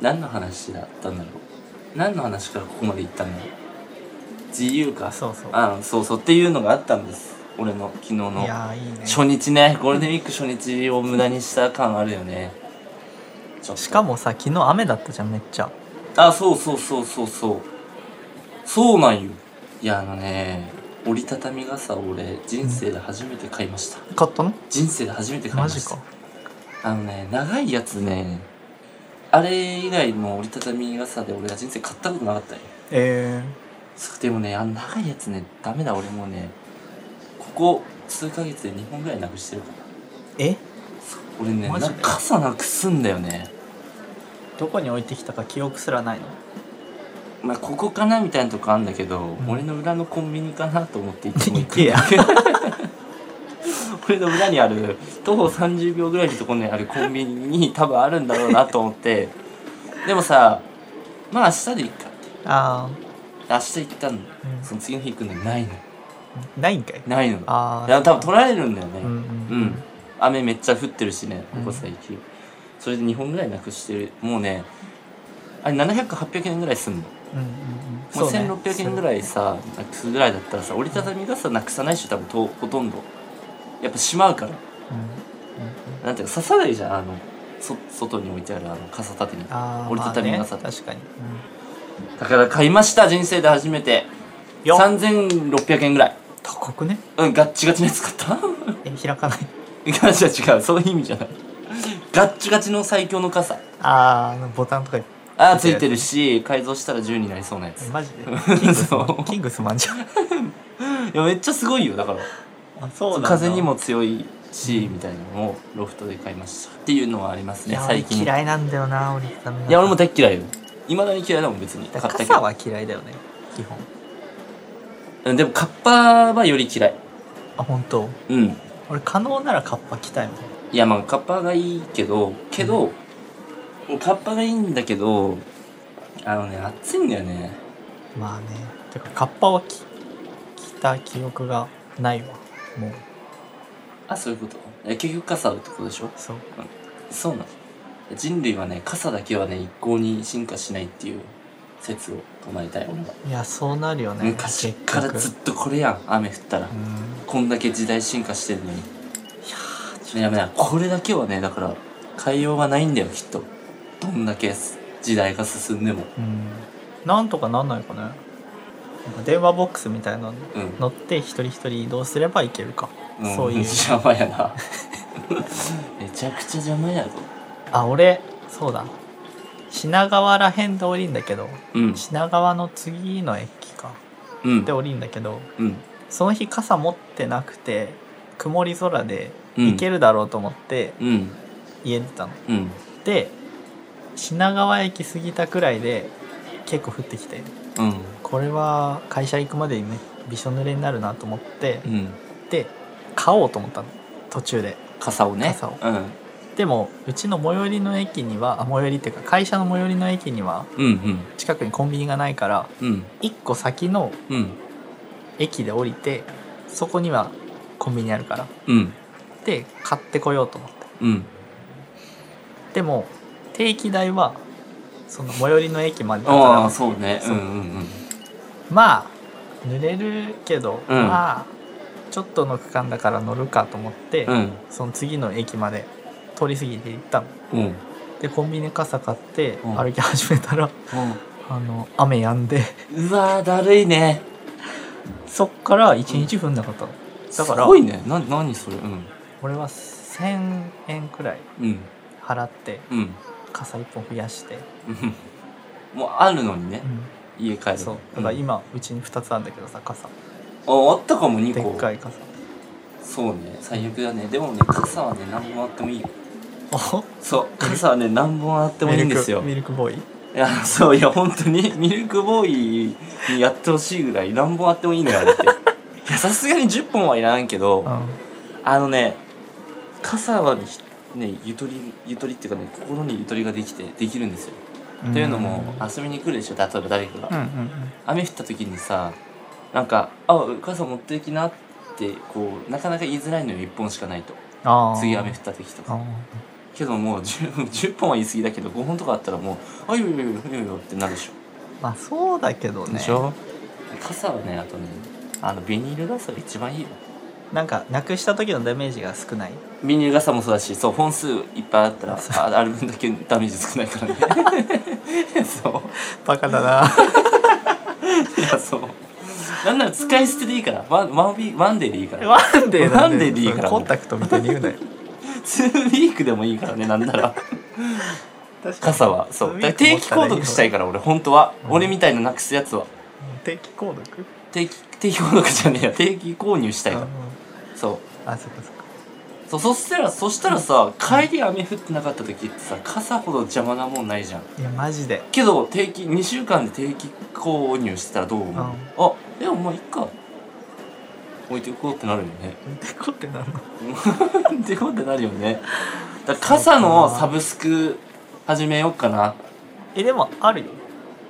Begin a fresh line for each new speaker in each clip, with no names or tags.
何の話だったんだろう何の話からここまで行ったんだろう自由か
そうそう
あそうそうっていうのがあったんです俺の昨日の
いやーいいね
初日ねゴールデンウィーク初日を無駄にした感あるよねちょっと
しかもさ昨日雨だったじゃんめっちゃ
あそうそうそうそうそうそうなんよいやあのね折りたたみ傘を俺人生で初めて買いました
買ったの
人生で初めて買い
マ
ま
ジ
した
か
あのね長いやつねあれ以外の折りたたみ傘で俺は人生買ったことなかったよ
え
そうでもねあの長いやつねダメだ俺もうねここ数ヶ月で2本ぐらいなくしてるから
ー、え
俺ね
マジで
な傘なくすんだよね
どこに置いてきたか記憶すらないの
まあここかなみたいなとこあんだけど、
ん
俺の裏のコンビニかなと思っていつも行く
Ikea
俺の裏にある徒歩30秒ぐらいのところにあるコンビニに多分あるんだろうなと思ってでもさまあ明日でいいかって
あ
明日行ったの、
ん
その次の日行くのにないの
ーないんかい
ないの
あ
い
ー
や多分取られるんだよね、
うんう
うんん、雨めっちゃ降ってるしね
うん
ここ最近、それで2本ぐらいなくしてるもうねあれ700800円ぐらいすんの、も
うんうんうん
う1600円ぐらい
そう
さ、なくすぐらいだったらさ折りたたみ傘なくさないっしょ多分とほとんどやっぱしまうから
ねうんうんうん
なんていうか刺さないじゃんあのそ外に置いてあるあの傘立てに
あー
折りたたみ
まあね
傘
確かに
だから買いました人生で初めて
よっ
3600円ぐらい
高くね
うんガッチガチのやつ買った
え開かない
いや違う違うそういう意味じゃないガッチガチの最強の傘
あーあのボタンとか
あーついてるし改造したら10になりそうなやつい
マ ジでキングスマ
そう
ンキングスマンじゃん
やめっちゃすごいよだから
あそうなんだ
風にも強いし、みたいなのをロフトで買いましたっていうのはあります
い
ね
や
最近い
嫌いなんだよな折りたたみ傘
や俺も大っ嫌いよいまだに嫌いだもん別に
だ
買
か
っ
ら
たけ
傘
ど
は嫌いだよね基本
うんでもカッパはより嫌い
あ本当。
うん
俺可能ならカッパ着たいもん
いやまあカッパがいいけどけど、カッパがいいんだけどあのね暑いんだよね
まあねてかカッパはき着た記憶がないわもう
あそういうことえ結局傘ってことでしょ
そう
そうなの人類はね傘だけはね一向に進化しないっていう説を唱えたい俺は、
いやそうなるよね
昔からずっ
結
とこれやん雨降ったら、
局うん
こんだけ時代進化してるのにいややめなこれだけはねだから変えようがないんだよきっとどんだけ時代が進んでも
うんなんとかなんないかねなんか電話ボックスみたいなの
うん
乗って一人一人移動すればいけるか、
ん
そういう
邪魔やなめちゃくちゃ邪魔やぞ
あ俺そうだ品川ら辺で降りんだけど
うん
品川の次の駅か
うん
で降りんだけど
うん
その日傘持ってなくて曇り空で
うん
行けるだろうと思って
うん
家出たの、
うん
で品川駅過ぎたくらいで結構降ってきて
うん
これは会社行くまでにねびしょ濡れになるなと思って
うん
で買おうと思ったの途中で
傘をね
傘を
うん
でもうちの最寄りの駅にはあ最寄りっていうか会社の最寄りの駅には
うん
近くにコンビニがないから
うんうん
1個先の
うん
駅で降りてそこにはコンビニあるから
うん
で買ってこようと思って
うん
でも定期代はその最寄りの駅までだ
ああ
か
そうねう
そうん
うん
らまあ濡れるけど、
うん
まあちょっとの区間だから乗るかと思って、
うんうん
その次の駅まで通り過ぎて行ったの
うんうん
でコンビニ傘買って
うん
歩き始めたら、 あの雨止んで
うわーだるいね
そっから1日降んなかったの、だから
すごいねな何それうん
俺は1,000円くらい
うん
払って
うん
傘1本増やして、
うんもうあるのにね家帰る
そうだ
ん、
から
あ
今うちに2つあるんだけどさ傘
あったかも2
で
個
っかい傘
そうね最悪だねでもね傘はね何本あってもいいよ
お
そう傘はね何本あってもいいんですよ
ミルクミルクボーイ
いやそういや本当にミルクボーイにやってほしいぐらい何本あってもいいのよあれって いやさすがに10本はいらんけど、
うん
あのね傘はねひねゆとりゆとりっていうかね心にゆとりができてできるんですよ、というのも遊びに来るでしょ例えば誰かが、
うんうんうん
雨降った時にさなんか「あ傘持ってきな」ってこうなかなか言いづらいのよ1本しかないと
あー
次雨降った時とか
あー
「けどもう 10, 10本は言い過ぎだけど5本とかあったらもう「あいよいよいよいよいよ」ってなるでしょ。
まあそうだけどね
傘はねあとねあのビニール傘が一番いいよ。
なんかなくした時のダメージが少ない
ビニール傘もそうだしそう本数いっぱいあったら
そう
あある分だけダメージ少ないからね。 そう
バカだな
いやそう。なんなら使い捨てでいいからワンワンウィワンデーでいいから
ワンデー
ワ
なん
ン
で
デーでいいから
コンタクトみたいに言うなよ
ツーウィークでもいいからねなんなら。
確かに
傘はそうだから定期購読したいから俺本当は、
うん
俺みたいななくすやつは
定期購読
定期定期購読じゃねえや定期購入したいか
あ
らそう
あそっかそっか
そうそしたらそしたらさ帰り雨降ってなかった時ってさ傘ほど邪魔なもんないじゃん
いやマジで
けど定期2週間で定期購入してたらどう思う、あでもまあいっか置いていこうってなるよね
てこってなんの
置いていこうってなるよねだから傘のサブスク始めようかな
えでもあるよ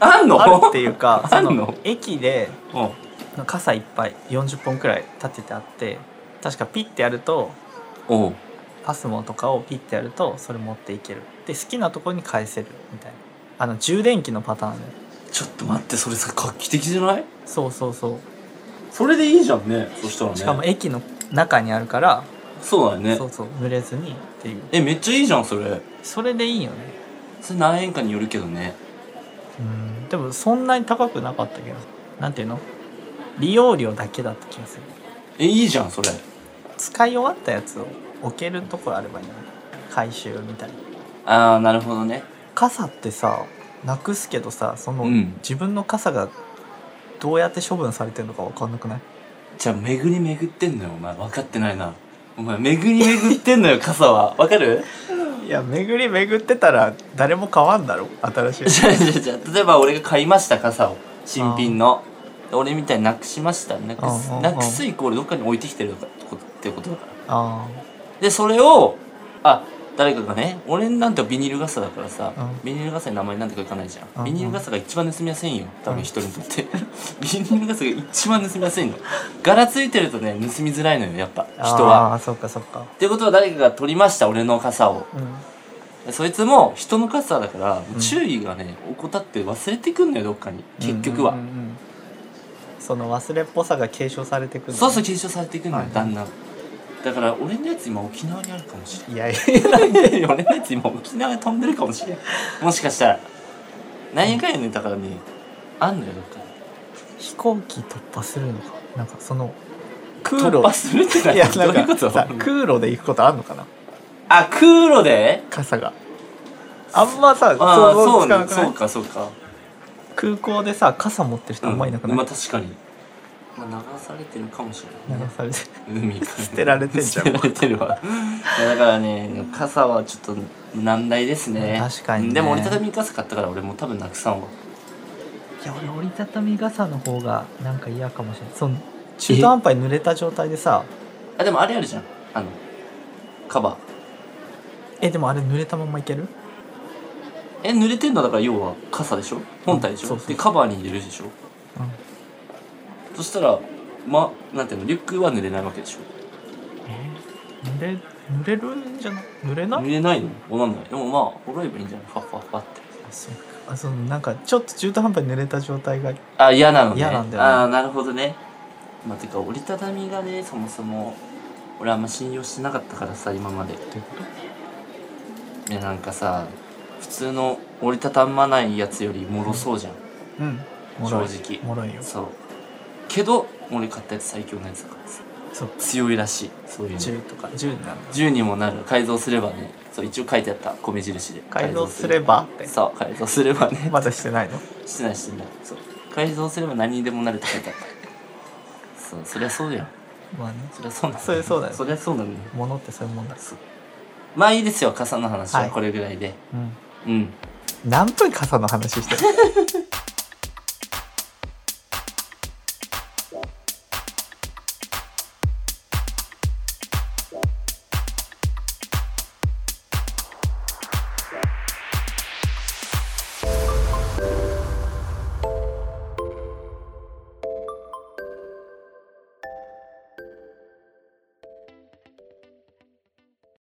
あんの
あるっていうか
あんの
その駅で
うん
傘いっぱい40本くらい立ててあって確かピッてやると
おう
パスモとかをピッてやるとそれ持っていけるで好きなところに返せるみたいなあの充電器のパターンで
ちょっと待ってそれさ画期的じゃない
そうそうそう
それでいいじゃんねそしたらね
しかも駅の中にあるから、
そうだよね
そうそう濡れずにっていう
えめっちゃいいじゃんそれ
それでいいよね
それ何円かによるけどね
うんでもそんなに高くなかったけどなんていうの利用料だけだった気がする
えいいじゃんそれ
使い終わったやつを置けるとこあればいいのに回収みたいな
ああなるほどね
傘ってさなくすけどさその、
うん
自分の傘がどうやって処分されてるのか分かんなくない
じゃあ巡り巡ってんのよお前分かってないなお前巡り巡ってんのよ傘は分かる
いや巡り巡ってたら誰も買わんだろ新 しい
じゃあじゃあじゃあ例えば俺が買いました傘を新品の俺みたいになくしましたなくす
うんうんうん
なくすイコールどっかに置いてきてるとかってことってことだから
あ
でそれをあ誰かがね俺なんてビニール傘だからさ、
うん
ビニール傘に名前なんて書かないじゃん、
うんうん
ビニール傘が一番盗みやすいんよ多
う
分
ん
一人にとって ビニール傘が一番盗みやすいの柄ついてるとね盗みづらいのよやっぱ 人
あ
は
ああそっかそっか
ってことは誰かが取りました俺の傘を
うん
でそいつも人の傘だからもう
うん
注意がね怠って忘れてくんのよどっかに結局は、
うんうんうんうんその忘れっぽさが継承されてくる
そうそう
う
継承されていくのよ、
はい
だんだんだから俺のやつ今沖縄にあるかもしれない
いやいや
俺のやつ今沖縄で飛んでるかもしれんもしかしたら何回ねだからねあんのよどっかに
飛行機突破するのかなんかその空
突破
路
するってないい
や
どうい
な
うんこ
か
と
さ空路で行くことあんのかな
あ空路で
傘があんまさ
ああ
想像
そう
つか
ね
なくな
そ
いう
かそうか
空港でさ傘持ってる人あんまいなく
うん
な
まあ
い、
確かにまあ流されてるかもしれない
流
ね
されて
海から
捨てられてんじゃん
捨てられてるわいやだからね傘はちょっと難題ですね
確かにね
うんでも折りたたみ傘買ったから俺もう多分なくさんわ
いや俺折りたたみ傘の方がなんか嫌かもしれないその中途半端に濡れた状態でさ
あでもあれあるじゃんあのカバー
えでもあれ濡れたままいける
え濡れてんのだから要は傘でしょ本体でしょ、
そうそう
でカバーに入れるでしょ
うん
そしたらまなんていうのリュックは濡れないわけでしょ
濡れ濡れるんじゃない濡れない
濡れないのおなんないでもまあ揃えばいいんじゃないファッファッファって
そうあそのなんかちょっと中途半端に濡れた状態が
あ嫌なのね
嫌なんだよね
ああなるほどねまあてか折りたたみがねそもそも俺あんま信用してなかったからさ今まで
ということ
いやなんかさ普通の折りたたまないやつよりもろそうじゃん、
うん
正直
もろいよ
そうけど俺買ったやつ最強のやつだからさ
そう
強いらしいそういうの
10とか10になる
10にもなる改造すればねそう一応書いてあった米印で
改造すればって
そう改造すればね
まだしてないの
してないしてないそう改造すれば何にでもなるって書いてあったそうそりゃそうだよ
まあね
そりゃそうなの
そりゃそうだよ
そりゃそうなのよ
物ってそういうもんだ
そうまあいいですよ傘の話ははいこれぐらいで、
うん
うん
何分傘の話してる